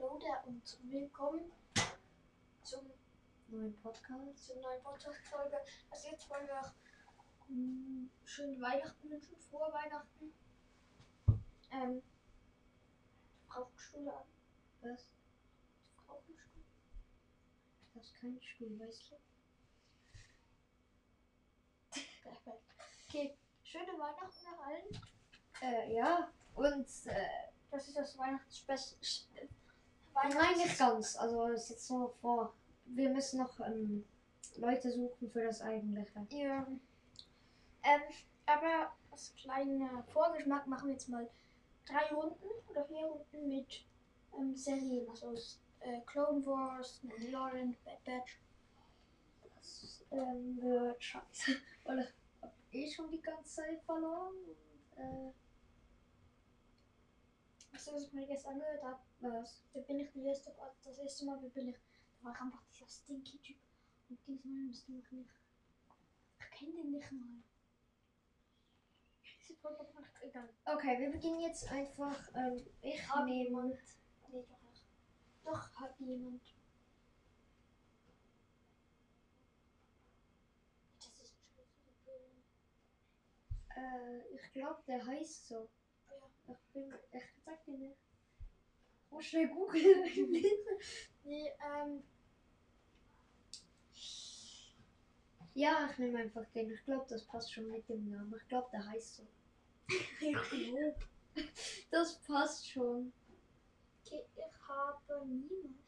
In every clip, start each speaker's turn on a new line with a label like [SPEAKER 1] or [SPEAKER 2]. [SPEAKER 1] Lauda und willkommen zum,
[SPEAKER 2] Neuen Podcast.
[SPEAKER 1] zur neuen Podcast-Folge. Also jetzt wollen wir auch mm, schöne Weihnachten wünschen, frohe Weihnachten. Ähm, Rauchschule an,
[SPEAKER 2] Was?
[SPEAKER 1] Rauchschule.
[SPEAKER 2] Ich hab's kein Stuhl, weißt du?
[SPEAKER 1] Perfekt. Okay, schöne Weihnachten nach allen.
[SPEAKER 2] Äh, ja. Und, äh,
[SPEAKER 1] Das ist das Weihnachtsspecial.
[SPEAKER 2] nein, nicht ganz. Also, ist jetzt nur vor. Wir müssen noch ähm, Leute suchen für das eigentliche.
[SPEAKER 1] Ja. Ähm, aber als kleiner Vorgeschmack machen wir jetzt mal drei Runden oder vier Runden mit ähm, Serien. Also aus, äh, Clone Wars, Mandalorian, Bad Batch.
[SPEAKER 2] Das ähm, wird scheiße. Weil ich hab eh schon die ganze Zeit verloren. Und, äh,
[SPEAKER 1] Hast du das mir gestern angehört? Da,
[SPEAKER 2] was?
[SPEAKER 1] da bin ich die erste, das erste Mal, da bin ich. Da war ich einfach dieser stinky Typ. Und diesmal müssen wir nicht. Ich kenne den nicht mal. Diese Folge hat mir egal.
[SPEAKER 2] Okay, wir beginnen jetzt einfach. Ähm, ich
[SPEAKER 1] Hab
[SPEAKER 2] nehme.
[SPEAKER 1] Nee, doch nicht. Doch hat jemand. Das ist schön für die Blumen.
[SPEAKER 2] Äh, ich glaube, der heißt so.
[SPEAKER 1] Ja.
[SPEAKER 2] Ich bin. Ich sag dir nicht. Oh, schnell googeln.
[SPEAKER 1] Nee, ähm,
[SPEAKER 2] Ja, ich nehme einfach den. Ich glaube, das passt schon mit dem Namen. Ich glaube, der heißt so. das passt schon.
[SPEAKER 1] okay, ich habe niemanden.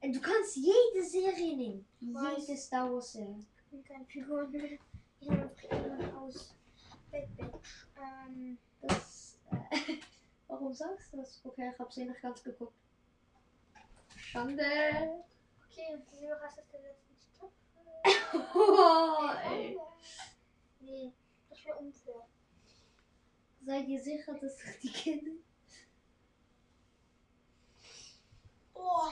[SPEAKER 2] Äh, Du kannst jede Serie nehmen.
[SPEAKER 1] Weiß.
[SPEAKER 2] Jede Star Wars Serie.
[SPEAKER 1] Ich bin keine Figur mehr. Ich nehme einfach jemanden aus Bad Batch. Ähm,
[SPEAKER 2] Das. Äh, warum sagst du das? Okay, ich habe sie nicht ganz geguckt. Schande.
[SPEAKER 1] okay, wieso hast du das denn jetzt nicht top?
[SPEAKER 2] Oh, ey.
[SPEAKER 1] Nee, das wäre unfair.
[SPEAKER 2] Seid ihr sicher, dass ich die kenne?
[SPEAKER 1] Oh.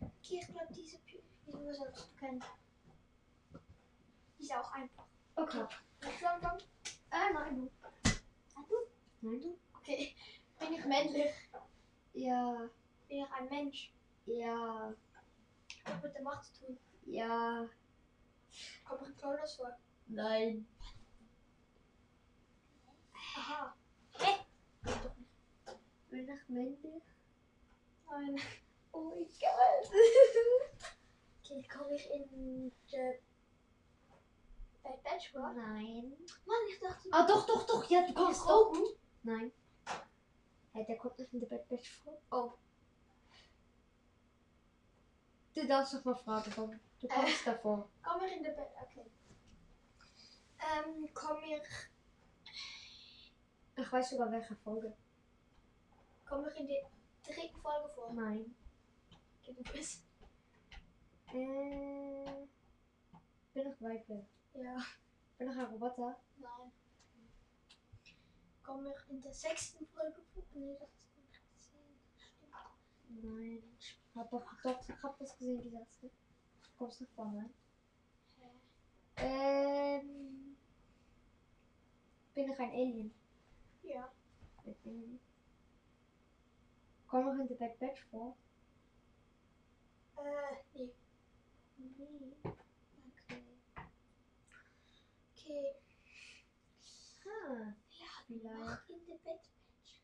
[SPEAKER 1] Okay, ich glaube, diese Figur solltest du kennen. Die ist auch einfach.
[SPEAKER 2] Okay.
[SPEAKER 1] Willst du anfangen? Eh,
[SPEAKER 2] Äh, nein, du.
[SPEAKER 1] Ah, du?
[SPEAKER 2] Nein, du?
[SPEAKER 1] Okay. Bin ich männlich?
[SPEAKER 2] Ja.
[SPEAKER 1] Bin ich ein Mensch?
[SPEAKER 2] Ja.
[SPEAKER 1] Was mit der Macht zu tun?
[SPEAKER 2] Ja.
[SPEAKER 1] Komme ich in Clonus vor?
[SPEAKER 2] Nein.
[SPEAKER 1] Aha. Hä? Doch nicht.
[SPEAKER 2] Bin ich männlich?
[SPEAKER 1] Nein.
[SPEAKER 2] Oh, egal.
[SPEAKER 1] Okay, komme ich in der Bad Batch vor?
[SPEAKER 2] Nein.
[SPEAKER 1] Mann, ich dachte...
[SPEAKER 2] Ah, doch, doch, doch, ja, du kommst
[SPEAKER 1] Ja,
[SPEAKER 2] auch. Nein. Hey, der kommt nicht in der Bettwäsche vor. Oh. Du darfst doch mal fragen, komm. Du
[SPEAKER 1] Äh.
[SPEAKER 2] kommst davor.
[SPEAKER 1] Komme ich in der Bad... Okay. Ähm, komme ich...
[SPEAKER 2] Ich weiß sogar, welche Folge.
[SPEAKER 1] Komme ich in der dritten Folge vor?
[SPEAKER 2] Nein.
[SPEAKER 1] Okay, du bist...
[SPEAKER 2] Äh. Bin ich weiblich?
[SPEAKER 1] Ja.
[SPEAKER 2] Bin ich ein Roboter?
[SPEAKER 1] Nein. Komme ich in der sechsten Folge vor? Nee, das ist nicht zehn. Stimmt.
[SPEAKER 2] Nein. Hab doch, doch, ich hab das gesehen, die letzte. Du kommst nicht vor, nein. Ähm. Bin ich ein Alien?
[SPEAKER 1] Ja.
[SPEAKER 2] Komme ich in der Backpatch vor?
[SPEAKER 1] Äh, nee. Nee. Okay. Okay.
[SPEAKER 2] Ah,
[SPEAKER 1] Ja,
[SPEAKER 2] vielleicht.
[SPEAKER 1] mach in der Bettmatch.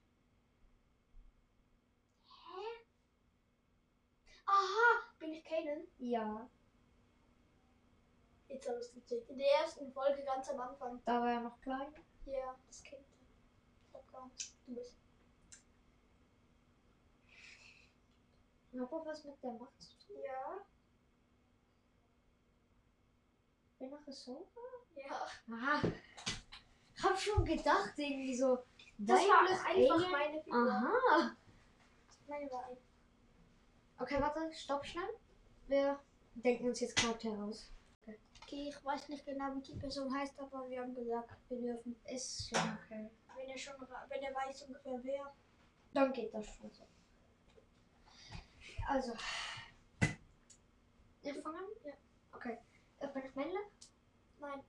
[SPEAKER 1] Hä? Aha, bin ich Kanan?
[SPEAKER 2] Ja,
[SPEAKER 1] Jetzt habe ich es gecheckt. In der ersten Folge ganz am Anfang.
[SPEAKER 2] da war er noch klein.
[SPEAKER 1] Ja, das Kind. Ich hab gar nichts. Du bist.
[SPEAKER 2] Hab auch was mit der Macht zu tun.
[SPEAKER 1] Ja.
[SPEAKER 2] Bin ich so?
[SPEAKER 1] Ja.
[SPEAKER 2] Ah, hab schon gedacht, irgendwie so.
[SPEAKER 1] Das war
[SPEAKER 2] weiblich,
[SPEAKER 1] einfach
[SPEAKER 2] Alien.
[SPEAKER 1] meine Figur.
[SPEAKER 2] Aha.
[SPEAKER 1] Meine war ein.
[SPEAKER 2] Okay, warte, stopp schnell. Wir denken uns jetzt Charaktere aus.
[SPEAKER 1] Okay, ich weiß nicht genau, wie die Person heißt, aber wir haben gesagt, wir dürfen.
[SPEAKER 2] Ist schon okay.
[SPEAKER 1] Wenn er schon, wenn er weiß ungefähr wer.
[SPEAKER 2] Dann geht das schon so. Also. Ich fange an?
[SPEAKER 1] Ja.
[SPEAKER 2] Okay. Äh, Bin ich männlich?
[SPEAKER 1] Nein.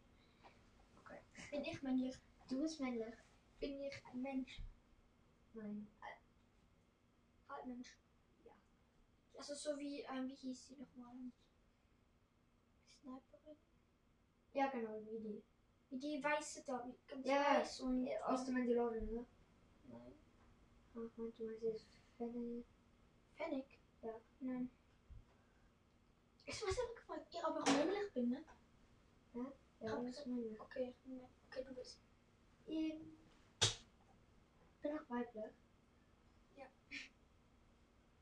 [SPEAKER 2] Okay.
[SPEAKER 1] Bin ich männlich?
[SPEAKER 2] Du bist männlich.
[SPEAKER 1] Bin ich ein Mensch?
[SPEAKER 2] Nein.
[SPEAKER 1] Mensch. Ja. Das ist so wie, ähm, wie hieß sie nochmal? Sniperin?
[SPEAKER 2] Ja, genau, wie die.
[SPEAKER 1] Wie die weiße da, wie ganz
[SPEAKER 2] Ja, ja.
[SPEAKER 1] weiß und.
[SPEAKER 2] Ja, Aus dem Mandalorian, ne?
[SPEAKER 1] Nein.
[SPEAKER 2] Ach, meinst du, meinst du, Fanny?
[SPEAKER 1] Panic?
[SPEAKER 2] Ja.
[SPEAKER 1] Nein. Ich weiß aber gefragt, ja, ob ich männlich bin, ne?
[SPEAKER 2] Ja, das ist meine.
[SPEAKER 1] Okay, ne. Okay, du bist.
[SPEAKER 2] Ähm, bin auch weiblich.
[SPEAKER 1] Ja.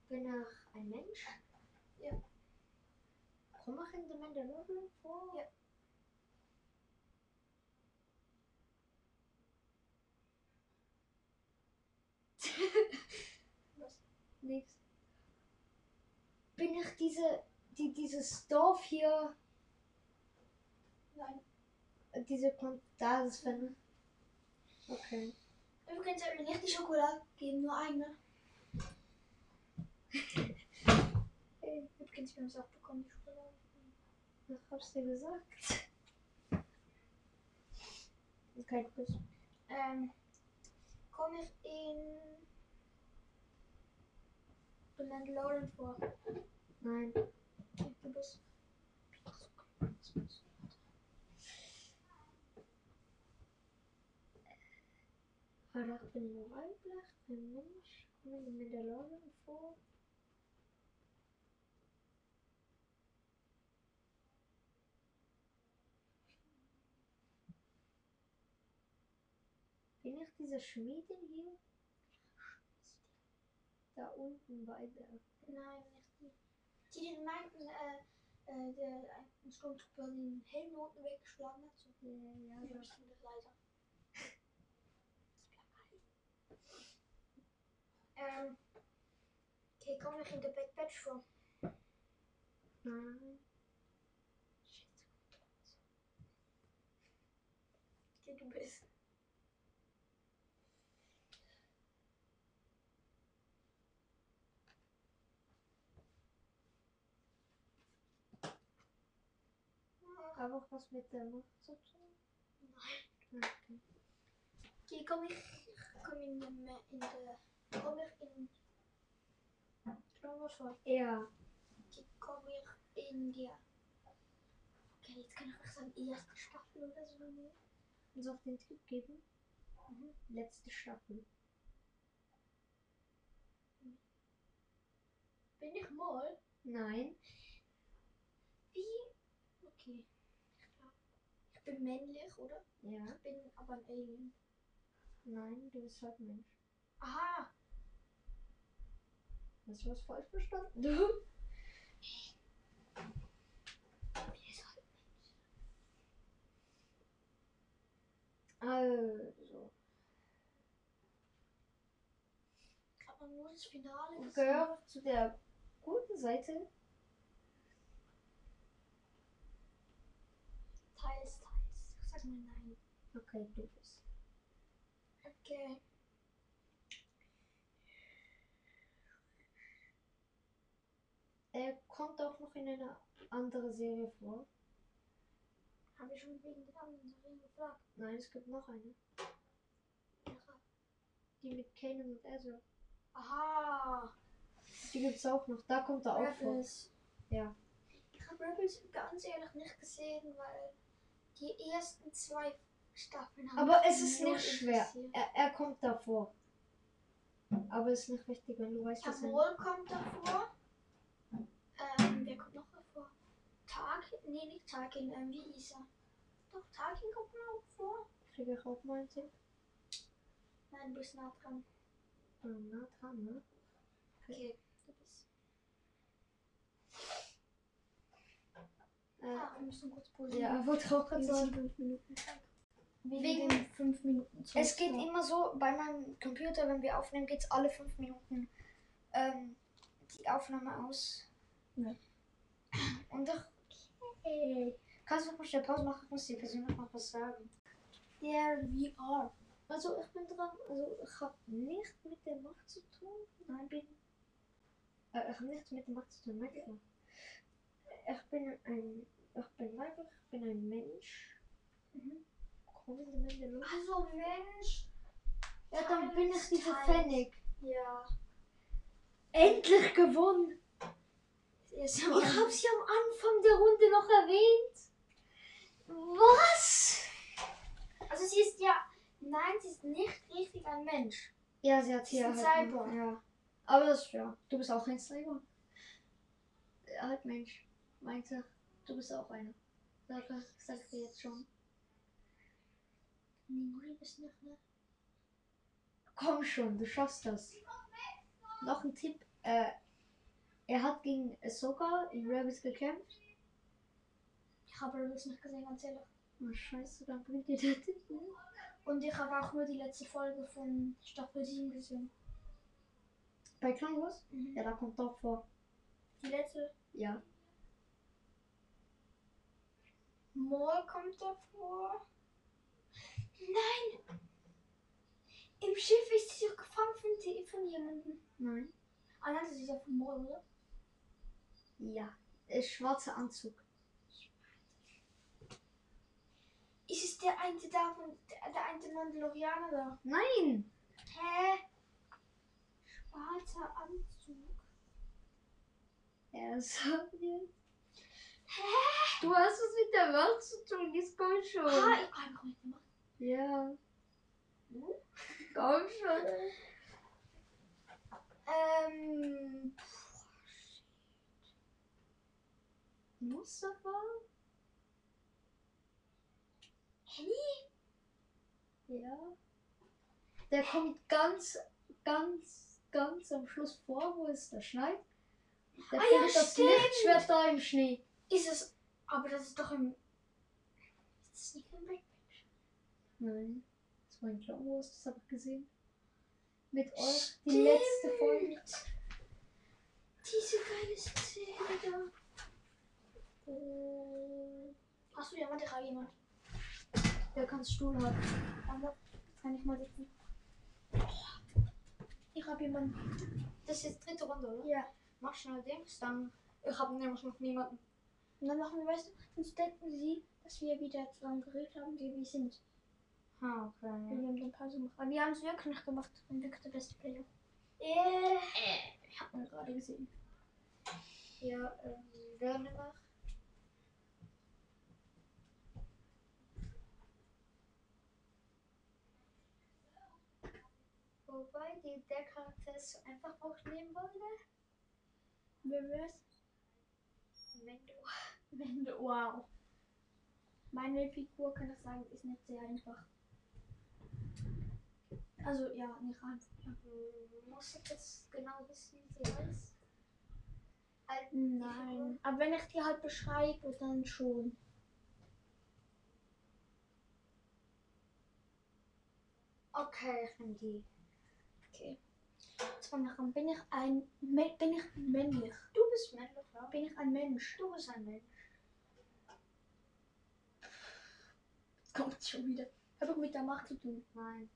[SPEAKER 2] Bin auch ein Mensch.
[SPEAKER 1] Ja.
[SPEAKER 2] Komm auch in The Mandalorian vor.
[SPEAKER 1] Ja. Was?
[SPEAKER 2] Nix. Bin ich diese, die, dieses Dorf hier,
[SPEAKER 1] Nein.
[SPEAKER 2] äh, diese Kon da das
[SPEAKER 1] Mhm.
[SPEAKER 2] finden? Okay.
[SPEAKER 1] Übrigens hat mir nicht die Schokolade gegeben, nur eine. Übrigens, wir haben es auch bekommen, die Schokolade.
[SPEAKER 2] Was hab's dir gesagt? Kein Kuss.
[SPEAKER 1] Ähm, komme ich in The Mandalorian vor.
[SPEAKER 2] Nein.
[SPEAKER 1] Du bist.
[SPEAKER 2] Harach bin nur weiblich, ein Mensch, komme in Mandalorian vor. Bin ich diese Schmiedin hier? Da unten weiter.
[SPEAKER 1] Nein, nicht die. Die den meinten, äh, äh, der einen Sturmtrooper den Helm unten weggeschlagen hat. So.
[SPEAKER 2] Ja, ja,
[SPEAKER 1] Ja,
[SPEAKER 2] ja.
[SPEAKER 1] das stimmt, das leider. Ähm, okay, komme ich in der Bad Batch vor.
[SPEAKER 2] Nein.
[SPEAKER 1] Shit. Okay, du bist.
[SPEAKER 2] Aber auch was mit der Macht zu tun? Nein. Okay.
[SPEAKER 1] Okay, komme ich, ich komme in der, Ma- in der, komme ich in, Clone Wars vor.
[SPEAKER 2] Ja.
[SPEAKER 1] Okay, komme ich in der, okay, jetzt kann ich nicht sagen, erste Staffel oder so, ne?
[SPEAKER 2] Uns auf den Tipp geben. Mhm. Letzte Staffel.
[SPEAKER 1] Bin ich mal?
[SPEAKER 2] Nein.
[SPEAKER 1] Wie? Okay. Ich glaub, Ich bin männlich, oder?
[SPEAKER 2] Ja.
[SPEAKER 1] Ich bin aber ein Alien.
[SPEAKER 2] Nein, du bist halt Mensch.
[SPEAKER 1] Aha!
[SPEAKER 2] Hast du was falsch verstanden?
[SPEAKER 1] Bin ich halt Mensch.
[SPEAKER 2] also,
[SPEAKER 1] Kann man nur das Finale gesehen?
[SPEAKER 2] gehöre zu der guten Seite.
[SPEAKER 1] Teils, teils. Ich sag mal nein.
[SPEAKER 2] Okay, du bist.
[SPEAKER 1] Okay.
[SPEAKER 2] Er kommt auch noch in eine andere Serie vor.
[SPEAKER 1] Habe ich schon wegen den anderen Serien gefragt.
[SPEAKER 2] Nein, es gibt noch eine.
[SPEAKER 1] Ihre-
[SPEAKER 2] Die mit Kanan und Ezra.
[SPEAKER 1] Aha!
[SPEAKER 2] Die gibt's auch noch. Da kommt er auch vor.
[SPEAKER 1] Rebels.
[SPEAKER 2] Ja.
[SPEAKER 1] Ich habe Rebels ganz ehrlich nicht gesehen, weil die ersten zwei Staffeln haben
[SPEAKER 2] Aber
[SPEAKER 1] mich
[SPEAKER 2] es ist
[SPEAKER 1] null
[SPEAKER 2] nicht schwer.
[SPEAKER 1] interessiert.
[SPEAKER 2] Er, er kommt davor. Aber es ist nicht wichtig, wenn du weißt, was er...
[SPEAKER 1] Tamol kommt davor. Ähm, wer kommt noch davor? Tarkin? Nee, nicht Tarkin, ähm, wie hieß er? Doch, Tarkin kommt noch vor.
[SPEAKER 2] Kriege ich auch mal einen Tipp?
[SPEAKER 1] Nein, du bist nah dran.
[SPEAKER 2] Ähm, Na, dran, ne?
[SPEAKER 1] Okay, du bist.
[SPEAKER 2] Äh,
[SPEAKER 1] Ah, wir müssen kurz pausieren.
[SPEAKER 2] ja, wollte auch gerade
[SPEAKER 1] wir
[SPEAKER 2] sagen.
[SPEAKER 1] sind fünf Minuten. weg. Wegen,
[SPEAKER 2] Wegen-
[SPEAKER 1] den fünf Minuten.
[SPEAKER 2] Es geht
[SPEAKER 1] Zustand.
[SPEAKER 2] immer so, bei meinem Computer, wenn wir aufnehmen, geht es alle fünf Minuten ähm, die Aufnahme aus.
[SPEAKER 1] Ja.
[SPEAKER 2] Und doch,
[SPEAKER 1] Äh,
[SPEAKER 2] okay. Kannst du noch mal schnell Pause machen? Ich muss dir persönlich noch was sagen.
[SPEAKER 1] der VR.
[SPEAKER 2] Also ich bin dran, also ich habe nichts mit der Macht zu tun. Nein, bin... Äh, ich habe nichts mit der Macht zu tun, merke ich noch. Ich bin ein... Ich bin weiblich, ich bin ein Mensch.
[SPEAKER 1] Mhm.
[SPEAKER 2] Komm in die Mandalorian.
[SPEAKER 1] Also, Mensch.
[SPEAKER 2] Ja, dann bin ich diese
[SPEAKER 1] Teils.
[SPEAKER 2] Fennec.
[SPEAKER 1] Ja.
[SPEAKER 2] Endlich gewonnen.
[SPEAKER 1] Ist
[SPEAKER 2] Ich hab's ja am Anfang der Runde noch erwähnt. Was?
[SPEAKER 1] also sie ist ja, nein, sie ist nicht richtig ein Mensch.
[SPEAKER 2] Ja, sie hat
[SPEAKER 1] Sie ist
[SPEAKER 2] hier
[SPEAKER 1] ein
[SPEAKER 2] halt.
[SPEAKER 1] Cyborg.
[SPEAKER 2] Ja. Aber das ist ja. Du bist auch ein Cyborg. Äh, Halt Mensch, meinte. Du bist auch einer. Sag, sag dir jetzt schon.
[SPEAKER 1] Ninguri ist nicht, ne?
[SPEAKER 2] Komm schon, du schaffst das. Noch ein Tipp. Äh, er hat gegen Ahsoka in Rebels gekämpft.
[SPEAKER 1] Ich habe Rebels nicht gesehen, ganz ehrlich.
[SPEAKER 2] Oh, scheiße, dann bringt dir der Tipp. ne?
[SPEAKER 1] Und ich habe auch nur die letzte Folge von Staffel 7 gesehen.
[SPEAKER 2] Bei Clown Wars?
[SPEAKER 1] Mhm.
[SPEAKER 2] Ja, da kommt doch vor.
[SPEAKER 1] Die letzte
[SPEAKER 2] Ja.
[SPEAKER 1] Maul kommt davor. Nein! Im Schiff ist sie doch gefangen von, die- von jemandem.
[SPEAKER 2] Nein.
[SPEAKER 1] Ah nein, das ist ja von Maul, oder?
[SPEAKER 2] Ja. Äh, schwarzer Anzug.
[SPEAKER 1] Ist es der eine da von, der, der eine Mandalorianer da?
[SPEAKER 2] Nein!
[SPEAKER 1] Hä? Schwarzer Anzug.
[SPEAKER 2] Ja, sag mir. Du hast es mit der Welt zu tun, jetzt komm schon.
[SPEAKER 1] Ah, ich kann noch mitmachen.
[SPEAKER 2] Ja.
[SPEAKER 1] Hm? Äh.
[SPEAKER 2] Komm schon.
[SPEAKER 1] Ähm,
[SPEAKER 2] Mustafa?
[SPEAKER 1] Henny?
[SPEAKER 2] Ja. Der kommt ganz, ganz, ganz am Schluss vor, wo es da schneit. Der
[SPEAKER 1] Ah ja,
[SPEAKER 2] findet das
[SPEAKER 1] stimmt.
[SPEAKER 2] Lichtschwert da im Schnee.
[SPEAKER 1] Ist es, aber das ist doch im, ist das nicht im Back?
[SPEAKER 2] Nein. Das war ein Clown Wars, das habe ich gesehen. Mit euch
[SPEAKER 1] Stimmt.
[SPEAKER 2] Oh, die letzte Folge.
[SPEAKER 1] Diese geile Szene da. Ähm, Achso, ja, warte, ich habe jemand.
[SPEAKER 2] Der kann Stuhl haben.
[SPEAKER 1] Aber kann ich mal sitzen. Oh. Ich habe jemanden.
[SPEAKER 3] Das ist jetzt dritte Runde, oder?
[SPEAKER 1] Ja.
[SPEAKER 3] Mach schnell Dings, dann. Ich habe nämlich noch niemanden.
[SPEAKER 1] Und dann machen wir, weißt du, sonst denken sie, dass wir wieder zusammen geredet haben, wie wir sind.
[SPEAKER 3] Ah, okay.
[SPEAKER 1] Wenn wir haben dann Pause gemacht. Aber wir haben es wirklich nicht gemacht. Und wirklich der beste Player. Äh,
[SPEAKER 3] Eh,
[SPEAKER 1] ich habe ihn gerade gesehen.
[SPEAKER 3] Ja, ähm, wer nimmt nach? Wobei die, der Charakter ist so einfach auch nehmen wollte.
[SPEAKER 1] Wer wär's?
[SPEAKER 3] Wenn du.
[SPEAKER 1] Wenn du, wow. Meine Figur, kann ich sagen, ist nicht sehr einfach. Also, ja, nicht einfach. Ja.
[SPEAKER 3] Muss ich jetzt genau wissen, wie sie heißt? Halt,
[SPEAKER 1] Nein. Aber wenn ich die halt beschreibe, dann schon.
[SPEAKER 3] Okay, ich nehm die.
[SPEAKER 1] Okay. Zwei Nachrichten. Bin ich ein. mä- Bin ich männlich?
[SPEAKER 3] Du bist männlich, ja?
[SPEAKER 1] Bin ich ein Mensch?
[SPEAKER 3] Du bist ein Mensch.
[SPEAKER 1] Das kommt schon wieder. Hab ich mit der Macht zu tun.
[SPEAKER 3] Nein.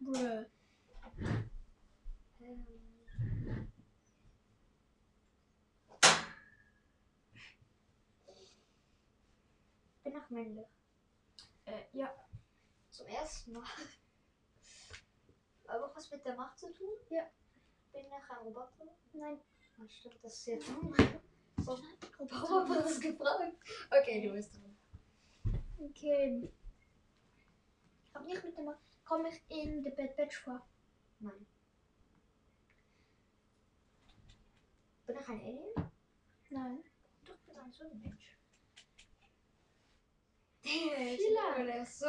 [SPEAKER 1] Bruh.
[SPEAKER 3] Ähm. Bin auch männlich.
[SPEAKER 1] Äh,
[SPEAKER 3] eh,
[SPEAKER 1] ja.
[SPEAKER 3] Zum ersten Mal. Aber auch was mit der Macht zu tun?
[SPEAKER 1] Ja.
[SPEAKER 3] Bin ich ein Roboter?
[SPEAKER 1] Nein.
[SPEAKER 3] Ah, stimmt, das ist jetzt. Warum
[SPEAKER 1] Roboter.
[SPEAKER 3] hat das gefragt? Okay, du bist dran.
[SPEAKER 1] Okay. Ich hab nicht mit der Macht. Komme ich in The Bad Batch vor?
[SPEAKER 3] Nein. Bin ich ein Alien?
[SPEAKER 1] Nein.
[SPEAKER 3] Doch, bin ein so ein Mensch.
[SPEAKER 1] Vielleicht.
[SPEAKER 3] So.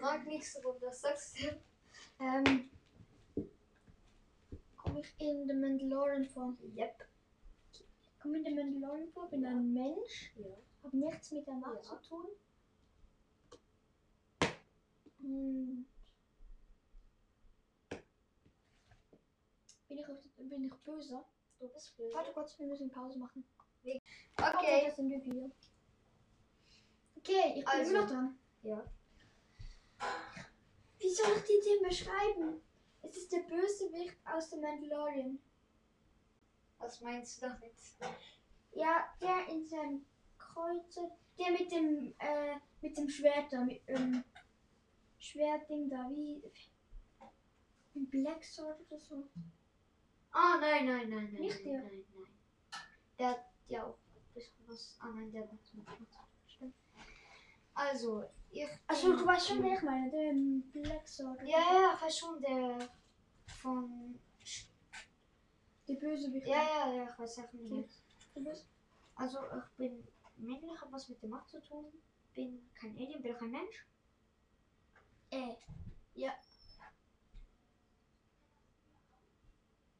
[SPEAKER 3] Frag nichts rum, das sagst du.
[SPEAKER 1] Ähm. Komme ich in The Mandalorian vor?
[SPEAKER 3] Yep.
[SPEAKER 1] Komme in The Mandalorian vor? Bin ein Mensch?
[SPEAKER 3] Ja.
[SPEAKER 1] Hab nichts mit der Macht
[SPEAKER 3] Ja.
[SPEAKER 1] zu tun. Hm. Bin ich, auf, bin ich böse?
[SPEAKER 3] Du bist blöd.
[SPEAKER 1] Warte kurz, wir müssen Pause machen. Warte,
[SPEAKER 3] Okay.
[SPEAKER 1] das sind wir wieder. Okay, ich bin
[SPEAKER 3] Also.
[SPEAKER 1] immer noch dran.
[SPEAKER 3] Ja.
[SPEAKER 1] Wie soll ich die denn beschreiben? Es ist der Bösewicht aus dem Mandalorian.
[SPEAKER 3] Was meinst du damit?
[SPEAKER 1] Ja, der in seinem Kreuze, der mit dem, äh, mit dem Schwert da, mit, ähm, Schwertding da, wie, wie Black Sword oder so.
[SPEAKER 2] Oh nein, nein, nein, nein.
[SPEAKER 4] Nicht
[SPEAKER 2] nein,
[SPEAKER 4] der.
[SPEAKER 2] Nein, nein. Der hat ja auch ein bisschen was an einem der hat mit Macht zu tun. Stimmt. Also, ich.
[SPEAKER 1] Also du
[SPEAKER 2] bin-
[SPEAKER 1] weißt schon, wer ich meine, der ähm, Black Sword.
[SPEAKER 2] Ja, ja, ich weiß schon, der. Von.
[SPEAKER 1] Die böse
[SPEAKER 2] Ja, ja, ja, ich weiß echt nicht.
[SPEAKER 1] Okay. Du bist
[SPEAKER 2] Also, ich bin männlich, hab was mit der Macht zu tun. Bin kein Alien, bin kein Mensch.
[SPEAKER 1] äh.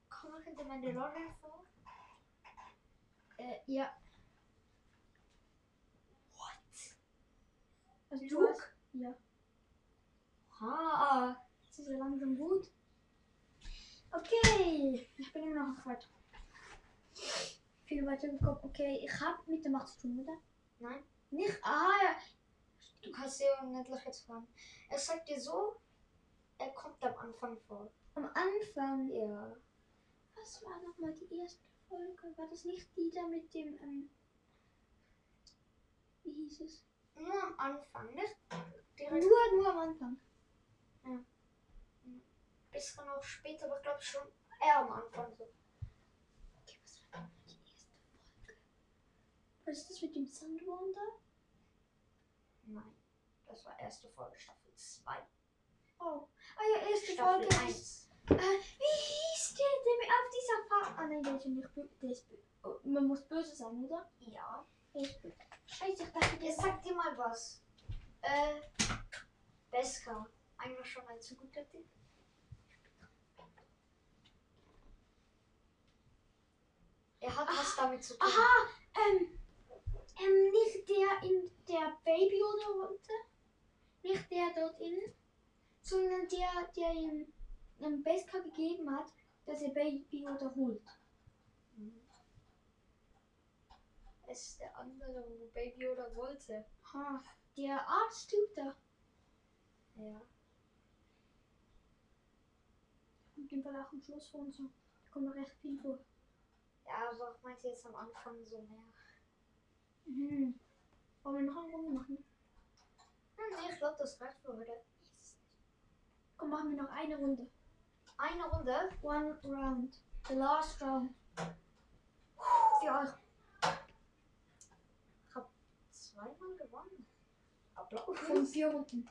[SPEAKER 2] Komme ich in der Mandalorian vor?
[SPEAKER 1] Äh, ja.
[SPEAKER 2] What?
[SPEAKER 1] Also du
[SPEAKER 2] Luke?
[SPEAKER 1] weißt- Ja.
[SPEAKER 2] Ha!
[SPEAKER 1] Das ist ja langsam gut. Okay, ich bin immer noch auf weit. Viel weiter gekommen. Okay, ich hab mit der Macht zu tun, oder?
[SPEAKER 2] Nein.
[SPEAKER 1] Nicht? Ah, ja.
[SPEAKER 2] Du kannst dir nicht gleich jetzt fragen. Er sagt dir so, er kommt am Anfang vor.
[SPEAKER 1] Am Anfang.
[SPEAKER 2] Ja.
[SPEAKER 1] Was war nochmal die erste Folge? War das nicht die da mit dem, ähm, wie hieß es?
[SPEAKER 2] Nur am Anfang, nicht? Direkt
[SPEAKER 1] Nur, nur am Anfang. Mhm.
[SPEAKER 2] ein bisschen auch später, aber ich glaube schon eher am Anfang so.
[SPEAKER 1] Okay, was war nochmal die erste Folge? Was ist das mit dem Sandworm da?
[SPEAKER 2] Nein. Das war erste Folge, Staffel 2.
[SPEAKER 1] Oh. Ah ja, erste
[SPEAKER 2] Staffel
[SPEAKER 1] Folge ist
[SPEAKER 2] 1.
[SPEAKER 1] Äh, wie hieß der, der mir auf dieser Fahrt. Ah, nein, der ist ja nicht böse. Der ist bö- oh, man muss böse sein, oder?
[SPEAKER 2] Ja.
[SPEAKER 1] Der ist böse. Scheiße, ich dachte, der
[SPEAKER 2] Jetzt
[SPEAKER 1] ist.
[SPEAKER 2] sag dir mal was. Äh, Beska. Eigentlich schon ein zu guter Tipp. Er hat was damit zu tun.
[SPEAKER 1] Aha! Ähm, ähm, nicht der in der Baby oder runter. Nicht der dort innen. Sondern der, der ihm einen Basecar gegeben hat, dass er Baby oder holt.
[SPEAKER 2] Mhm. Es ist der andere, wo Baby oder wollte.
[SPEAKER 1] Ha, der Arzttyp da.
[SPEAKER 2] Ja.
[SPEAKER 1] Mit dem Fall auch am Schluss vor und so. Da kommt noch recht viel vor.
[SPEAKER 2] Ja, aber ich meinte jetzt am Anfang so mehr.
[SPEAKER 1] Mhm. Wollen wir noch eine Runde machen?
[SPEAKER 2] Hm, nee, ich glaube, das reicht für heute.
[SPEAKER 1] Komm, machen wir noch eine Runde.
[SPEAKER 2] Eine Runde.
[SPEAKER 1] One round. The last round. Für euch.
[SPEAKER 2] Zweimal gewonnen. Applaus.
[SPEAKER 1] Von vier Runden.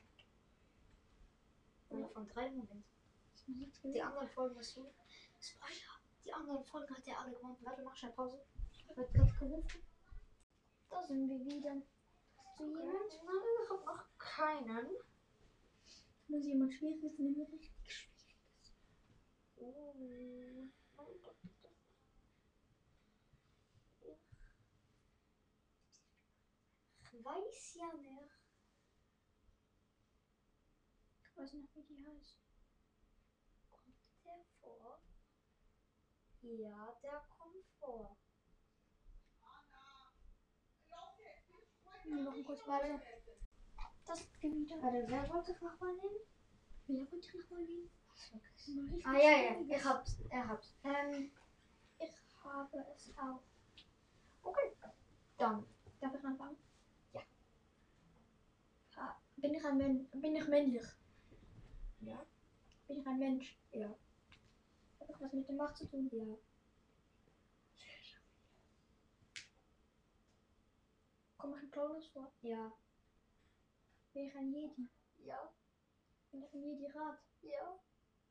[SPEAKER 2] Oder von drei Momenten. Die
[SPEAKER 1] Ja.
[SPEAKER 2] anderen Folgen hast du. Spoiler! Die anderen Folgen hat er alle gewonnen. Warte, mach schnell Pause. Wird gerade gerufen.
[SPEAKER 1] Da sind wir wieder. Hast du jemand?
[SPEAKER 2] Jemand? Nein, ich hab noch keinen.
[SPEAKER 1] Muss jemand Schwieriges nehmen? Richtig schwierig.
[SPEAKER 2] Oh. Mein Gott. Ich weiß ja nicht.
[SPEAKER 1] Ich weiß noch, wie die heißt.
[SPEAKER 2] Kommt der vor? Ja, der kommt vor.
[SPEAKER 1] Wir machen kurz weiter. Das Gewitter.
[SPEAKER 2] Warte, wer wollte ich nochmal nehmen?
[SPEAKER 1] Wer wollte ich nochmal nehmen? Mal richtig
[SPEAKER 2] Ah, ja, ja.
[SPEAKER 1] schwieriges.
[SPEAKER 2] Ich hab's. Er hab's.
[SPEAKER 1] Ähm, ich habe es auch.
[SPEAKER 2] Okay. Dann.
[SPEAKER 1] Darf ich anfangen?
[SPEAKER 2] Ja.
[SPEAKER 1] Ah, Bin ich ein Mensch? Bin ich männlich?
[SPEAKER 2] Ja.
[SPEAKER 1] Bin ich ein Mensch?
[SPEAKER 2] Ja.
[SPEAKER 1] Hat doch was mit der Macht zu tun? Ja. Komme ich in Clonus vor?
[SPEAKER 2] Ja.
[SPEAKER 1] Bin ich ein Jedi?
[SPEAKER 2] Ja.
[SPEAKER 1] Bin ich ein Jedi-Rat?
[SPEAKER 2] Ja.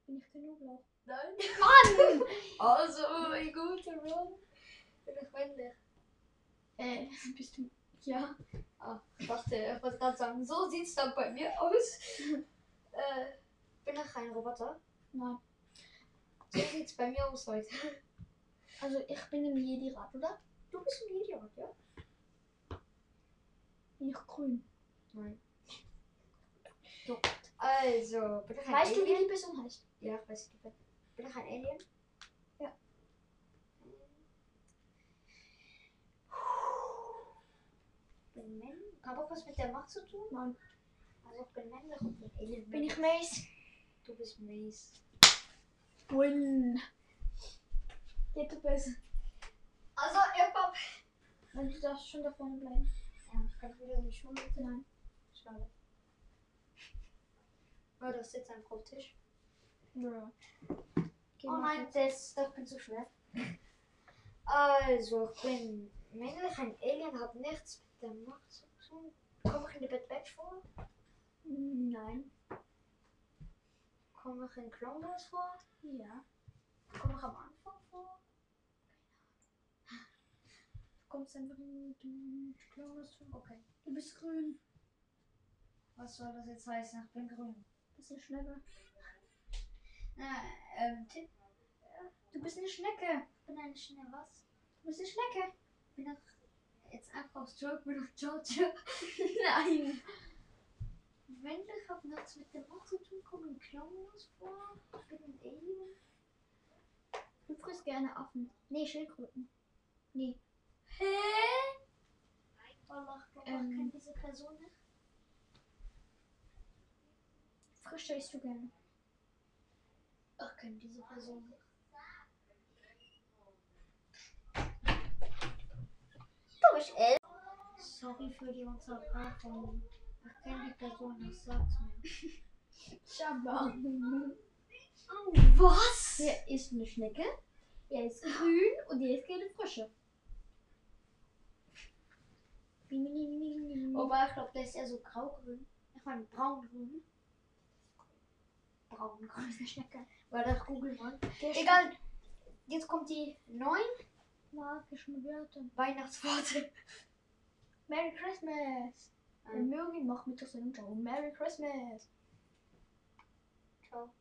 [SPEAKER 1] Bin ich Knoblauch?
[SPEAKER 2] Nein. Mann! Also, mein guter Mann. Bin ich männlich?
[SPEAKER 1] Äh, bist du... Ja.
[SPEAKER 2] Ah, ich dachte, ich wollte gerade sagen, so sieht's dann bei mir aus. äh, bin ich ein Roboter? Nou.
[SPEAKER 1] Nein.
[SPEAKER 2] So sieht's bei mir aus, Leute.
[SPEAKER 1] Also ich bin im Jedi-Rat, oder?
[SPEAKER 2] Du bist ein Idiot, ja?
[SPEAKER 1] Bin ich grün?
[SPEAKER 2] Nein. So. Also, bin ich ein
[SPEAKER 1] weißt du, wie
[SPEAKER 2] Alien?
[SPEAKER 1] die Person heißt?
[SPEAKER 2] Ja, ich weiß, ich bin. Bin ich ein Alien?
[SPEAKER 1] Ja.
[SPEAKER 2] Bin Mann? Hab auch was mit der Macht zu tun?
[SPEAKER 1] Nein.
[SPEAKER 2] Also, ich bin männlich und bin Alien.
[SPEAKER 1] Bin ich Mace?
[SPEAKER 2] Du bist Mace.
[SPEAKER 1] Win. Geht du besser.
[SPEAKER 2] Also, ihr Papa.
[SPEAKER 1] Wenn du darfst schon da vorne bleiben.
[SPEAKER 2] Ja, kann ich wieder in die Schuhe bitte?
[SPEAKER 1] Nein.
[SPEAKER 2] Schade. Oh, das sitzt einfach auf dem Tisch.
[SPEAKER 1] Bro.
[SPEAKER 5] Geh
[SPEAKER 2] Oh
[SPEAKER 5] mal
[SPEAKER 2] nein,
[SPEAKER 5] jetzt.
[SPEAKER 2] das, das bin zu schnell. Also, ich bin männlich, ein Alien, hat nichts mit der Macht zu tun. Komme ich in die Bad Batch vor?
[SPEAKER 1] Hm, Nein.
[SPEAKER 2] Komme ich in Clone Wars vor?
[SPEAKER 1] Ja.
[SPEAKER 2] Komme ich am Anfang vor?
[SPEAKER 1] Du kommst einfach in den Clonus.
[SPEAKER 2] Okay.
[SPEAKER 1] Du bist grün.
[SPEAKER 2] Was soll das jetzt heißen? Ich bin grün.
[SPEAKER 1] Bist eine Schnecke.
[SPEAKER 2] Na, ähm, Tipp.
[SPEAKER 1] Du bist eine Schnecke.
[SPEAKER 2] Ich bin eine schnell was?
[SPEAKER 1] Du bist eine Schnecke.
[SPEAKER 2] Bin ich jetzt einfach aus Joke, bin ich Georgia? Nein. Männlich hat nichts mit der Macht zu tun. Komme in Clone Wars vor? Ich bin ein Alien.
[SPEAKER 1] Du frisst gerne Affen. Nee, Schildkröten. Nee.
[SPEAKER 2] Hä? Wallah, Wallah,
[SPEAKER 1] Ähm.
[SPEAKER 2] kennt diese Person nicht.
[SPEAKER 1] Frische isst du gerne.
[SPEAKER 2] Ach, kennt diese Person nicht.
[SPEAKER 1] Du bist elf.
[SPEAKER 2] Sorry für die Unterbrechung. Ach, kennt die Person nicht, sag's mir.
[SPEAKER 1] Schabam.
[SPEAKER 2] Oh, was?
[SPEAKER 1] Der ist eine Schnecke. Er ist grün und er ist keine Frische. Oh.
[SPEAKER 2] Wobei, Oh, ich glaube, der ist eher so graugrün. Ich meine, braungrün. Braungrün.
[SPEAKER 1] eine Schnecke.
[SPEAKER 2] Weil das Google mal.
[SPEAKER 1] Der
[SPEAKER 2] Egal. Jetzt kommt die neun
[SPEAKER 1] magischen Wörter.
[SPEAKER 2] Weihnachtsworte.
[SPEAKER 1] Merry Christmas. Wir mögen ihn noch mit seinem Joe. Merry Christmas.
[SPEAKER 2] Ciao.